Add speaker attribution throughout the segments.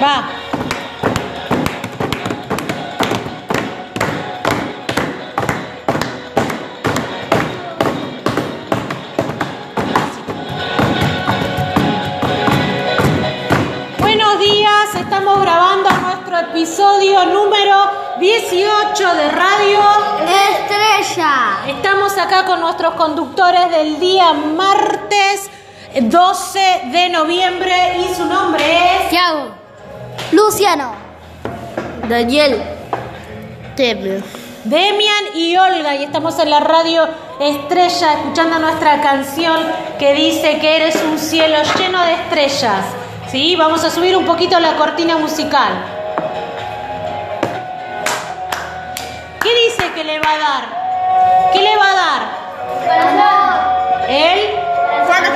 Speaker 1: Va. Buenos días, estamos grabando nuestro episodio número 18 de radio.
Speaker 2: Estrella.
Speaker 1: Estamos acá con nuestros conductores del día martes 12 de noviembre y su nombre es...
Speaker 2: Tiago. Luciano. Daniel. Tebio.
Speaker 1: Demian y Olga y estamos en la radio Estrella escuchando nuestra canción que dice que eres un cielo lleno de estrellas. Sí, vamos a subir un poquito la cortina musical. ¿Qué dice que le va a dar? ¿Qué le va a dar? El,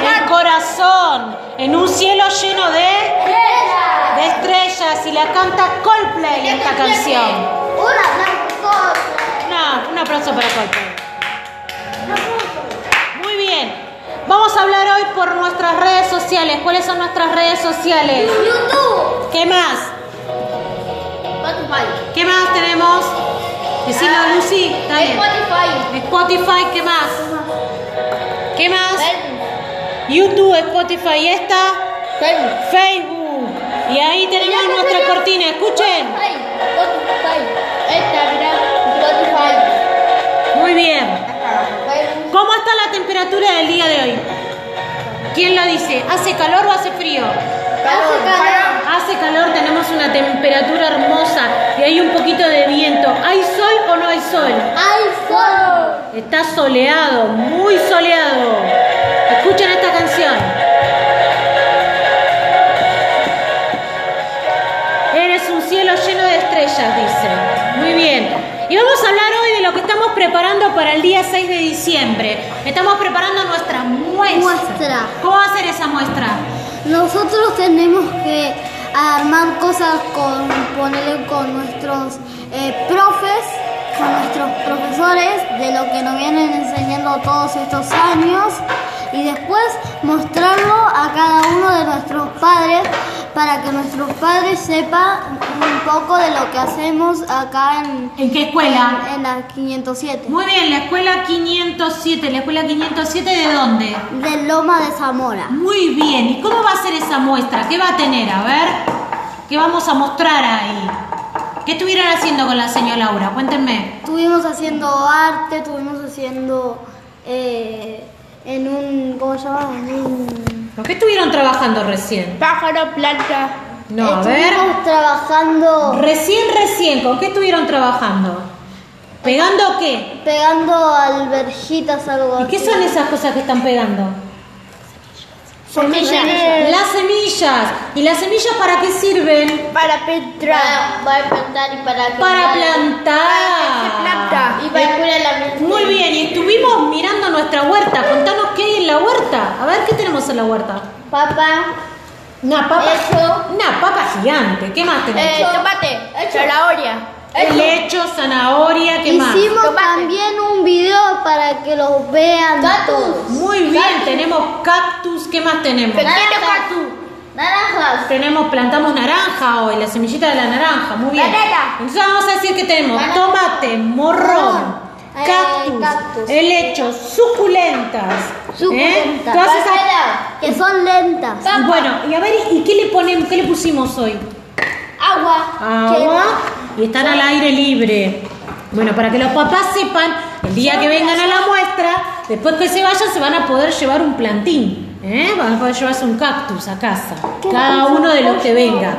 Speaker 1: el corazón en un cielo lleno de, de estrellas y la canta Coldplay esta canción. Una- un aplauso para Coldplay. Muy bien. Vamos a hablar hoy por nuestras redes sociales. ¿Cuáles son nuestras redes sociales?
Speaker 2: YouTube.
Speaker 1: ¿Qué más?
Speaker 2: Spotify.
Speaker 1: ¿Qué más tenemos? Decilo, Lucy. Dale.
Speaker 2: Spotify.
Speaker 1: Spotify, ¿qué más? ¿Qué más? YouTube, Spotify, y esta.
Speaker 2: Facebook.
Speaker 1: Facebook. Y ahí tenemos nuestra cortina. Escuchen.
Speaker 2: Spotify. Instagram. Spotify.
Speaker 1: Muy bien. ¿Cómo está la temperatura del día de hoy? ¿Quién lo dice? ¿Hace calor o hace frío? Hace calor, tenemos una temperatura hermosa y hay un poquito de viento. ¿Hay sol o no hay sol?
Speaker 2: iPhone.
Speaker 1: Está soleado, muy soleado. Escuchen esta canción. Eres un cielo lleno de estrellas, dice. Muy bien. Y vamos a hablar hoy de lo que estamos preparando para el día 6 de diciembre. Estamos preparando nuestra muestra.
Speaker 2: Muestra.
Speaker 1: ¿Cómo va a ser esa muestra?
Speaker 2: Nosotros tenemos que armar cosas con ponerle con nuestros eh, profes, con nuestros profesores de lo que nos vienen enseñando todos estos años y después mostrarlo a cada uno de nuestros padres para que nuestros padres sepan un poco de lo que hacemos acá en,
Speaker 1: ¿En qué escuela?
Speaker 2: en, en la 507
Speaker 1: Muy bien, la escuela 507. ¿La escuela 507 de dónde?
Speaker 2: de Loma de Zamora.
Speaker 1: Muy bien, ¿y cómo va a ser esa muestra? ¿Qué va a tener? A ver, ¿qué vamos a mostrar ahí? ¿Qué estuvieron haciendo con la señora Laura? Cuéntenme.
Speaker 2: Estuvimos haciendo arte, estuvimos haciendo eh, en un, ¿cómo se llama? En un...
Speaker 1: ¿Por qué estuvieron trabajando recién?
Speaker 3: Pájaro, planta,
Speaker 1: No, a ver.
Speaker 2: estuvimos trabajando,
Speaker 1: Recién, recién, ¿con qué estuvieron trabajando? ¿Pegando qué?
Speaker 2: pegando alberjitas, algo
Speaker 1: ¿Y qué
Speaker 2: así.
Speaker 1: son esas cosas que están pegando?
Speaker 3: semillas
Speaker 1: Las semillas. ¿Y las semillas para qué sirven?
Speaker 3: para pintar,
Speaker 2: a plantar y para...
Speaker 1: Para
Speaker 3: para
Speaker 1: plantar.
Speaker 3: planta.
Speaker 2: Y para curar la
Speaker 1: Ah. Muy bien, y estuvimos mirando nuestra huerta. Contanos qué hay en la huerta. A ver, ¿qué tenemos en la huerta?
Speaker 2: Papá,
Speaker 1: Una papa.
Speaker 2: Eso.
Speaker 1: Una papa gigante. ¿Qué más tenemos?
Speaker 3: Eh, tomate, zanahoria.
Speaker 1: Lecho, zanahoria, ¿qué más?
Speaker 2: hicimos también un video para que los vean todos.
Speaker 1: Muy bien, tenemos cactus, ¿qué más tenemos?
Speaker 3: Pequeño
Speaker 2: Naranjas.
Speaker 3: cactus.
Speaker 2: Naranjas.
Speaker 1: Tenemos, plantamos naranja hoy, la semillita de la naranja, muy bien.
Speaker 3: Banana.
Speaker 1: Entonces vamos a decir que tenemos
Speaker 2: Banana.
Speaker 1: tomate, morrón,
Speaker 2: Eh,
Speaker 1: cactus,
Speaker 2: cactus.
Speaker 1: helechos, suculentas. ¿eh?
Speaker 2: Suculentas.
Speaker 1: Todas esas-
Speaker 2: Papera, Que son lentas.
Speaker 1: Bueno, y a ver, ¿y qué le ponemos, qué le pusimos hoy?
Speaker 2: Agua.
Speaker 1: agua Ah, y están al aire libre. Bueno, para que los papás sepan, el día que vengan a la muestra, después que se vayan, se van a poder llevar un plantín. ¿eh? Van a poder llevarse un cactus a casa. Cada uno de los que venga.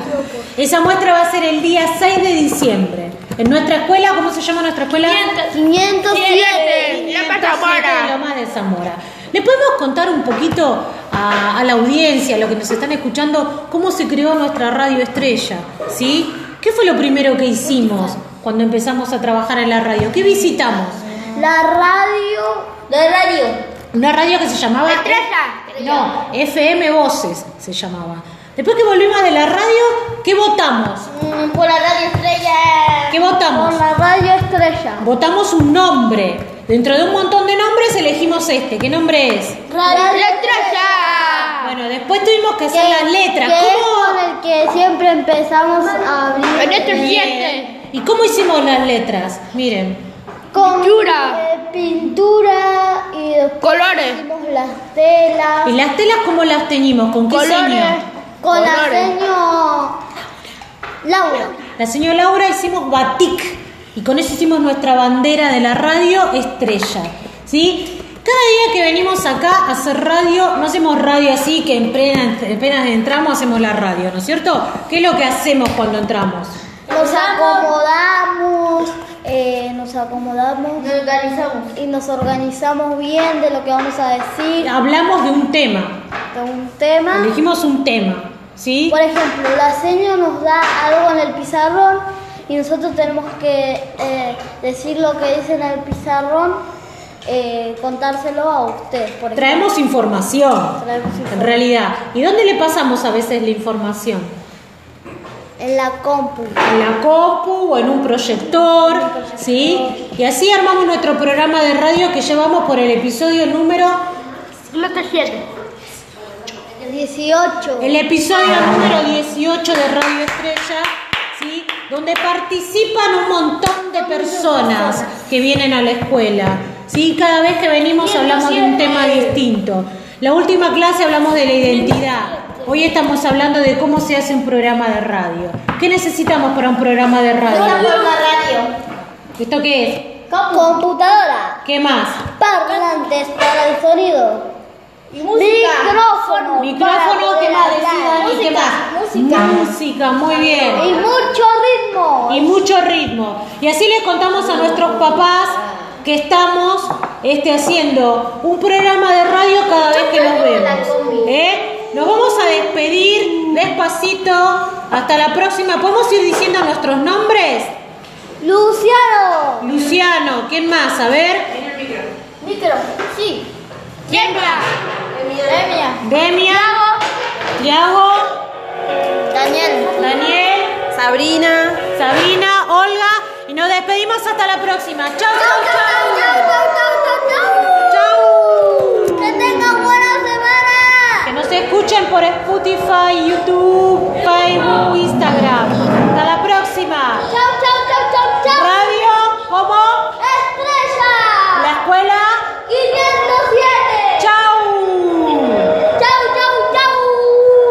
Speaker 1: Esa muestra va a ser el día 6 de diciembre. En nuestra escuela, ¿cómo se llama nuestra escuela?
Speaker 2: 507.
Speaker 3: Siete. La
Speaker 1: 507 de Lomas de Zamora. ¿Le podemos contar un poquito a, a la audiencia, a los que nos están escuchando, cómo se creó nuestra radio estrella? ¿Sí? ¿Qué fue lo primero que hicimos cuando empezamos a trabajar en la radio? ¿Qué visitamos?
Speaker 2: La radio. La radio.
Speaker 1: Una radio que se llamaba.
Speaker 3: Estrella.
Speaker 1: No, FM Voces se llamaba. Después que volvimos de la radio, ¿qué votamos?
Speaker 2: Mm, Por la radio estrella.
Speaker 1: ¿Qué votamos?
Speaker 2: Por la radio estrella.
Speaker 1: Votamos un nombre. Dentro de un montón de nombres elegimos este. ¿Qué nombre es?
Speaker 2: Radio
Speaker 3: Estrella.
Speaker 1: Bueno, Bueno, después tuvimos que hacer las letras.
Speaker 2: que es con
Speaker 1: ¿Cómo?
Speaker 2: el que siempre empezamos a abrir.
Speaker 3: En este
Speaker 2: eh,
Speaker 3: diente.
Speaker 1: ¿Y cómo hicimos las letras? Miren.
Speaker 2: Con
Speaker 3: Pintura.
Speaker 2: eh, pintura y después
Speaker 3: Colores.
Speaker 2: hicimos las telas.
Speaker 1: ¿Y las telas cómo las teñimos? ¿Con qué
Speaker 3: Colores.
Speaker 1: ceño?
Speaker 2: Con la
Speaker 3: Colores.
Speaker 2: seño Laura.
Speaker 1: La señora Laura hicimos batik y con eso hicimos nuestra bandera de la radio estrella. ¿Sí? Cada día que venimos acá a hacer radio, no hacemos radio así que en plena- apenas entramos hacemos la radio, ¿no es cierto? ¿Qué es lo que hacemos cuando entramos?
Speaker 2: Nos acomodamos, eh, nos acomodamos.
Speaker 3: Nos organizamos.
Speaker 2: Y nos organizamos bien de lo que vamos a decir,
Speaker 1: Hablamos de un tema,
Speaker 2: de un tema.
Speaker 1: elegimos un tema, ¿sí?
Speaker 2: Por ejemplo, la seño nos da algo en el pizarrón y nosotros tenemos que eh, decir lo que dice en el pizarrón, eh, contárselo a usted, por ejemplo.
Speaker 1: Traemos información,
Speaker 2: Traemos
Speaker 1: en
Speaker 2: información.
Speaker 1: realidad. ¿Y dónde le pasamos a veces la información?
Speaker 2: En la compu.
Speaker 1: en la compu o en un proyector, ¿sí? Y así armamos nuestro programa de radio que llevamos por el episodio número
Speaker 3: Nota 7.
Speaker 2: El 18.
Speaker 1: el episodio número 18 de Radio Estrella, ¿sí? Donde participan un montón de personas que vienen a la escuela, ¿sí? Cada vez que venimos hablamos de un tema distinto. La última clase hablamos de la identidad. Hoy estamos hablando de cómo se hace un programa de radio. ¿Qué necesitamos para un programa de radio?
Speaker 2: radio.
Speaker 1: ¿Esto qué es?
Speaker 2: Computadora.
Speaker 1: ¿Qué más?
Speaker 2: Parlantes para el sonido.
Speaker 3: Y música.
Speaker 2: Micrófono.
Speaker 1: Micrófono, ¿qué más? Decidan, ¿y qué más?
Speaker 2: Música.
Speaker 1: Música, muy bien.
Speaker 2: Y mucho ritmo.
Speaker 1: Y mucho ritmo. Y así les contamos a nuestros papás que estamos este, haciendo un programa de radio cada vez que nos vemos. ¿Eh? Nos vamos a despedir despacito. Hasta la próxima. ¿Podemos ir diciendo nuestros nombres?
Speaker 2: Luciano.
Speaker 1: Luciano, ¿quién más? A ver.
Speaker 2: Micro. Sí.
Speaker 3: Yembra. Emia.
Speaker 1: Demia, Tiago,
Speaker 2: Daniel.
Speaker 1: Daniel.
Speaker 4: Sabrina.
Speaker 1: Sabrina, Olga y nos despedimos hasta la próxima. Chau, chau, chau.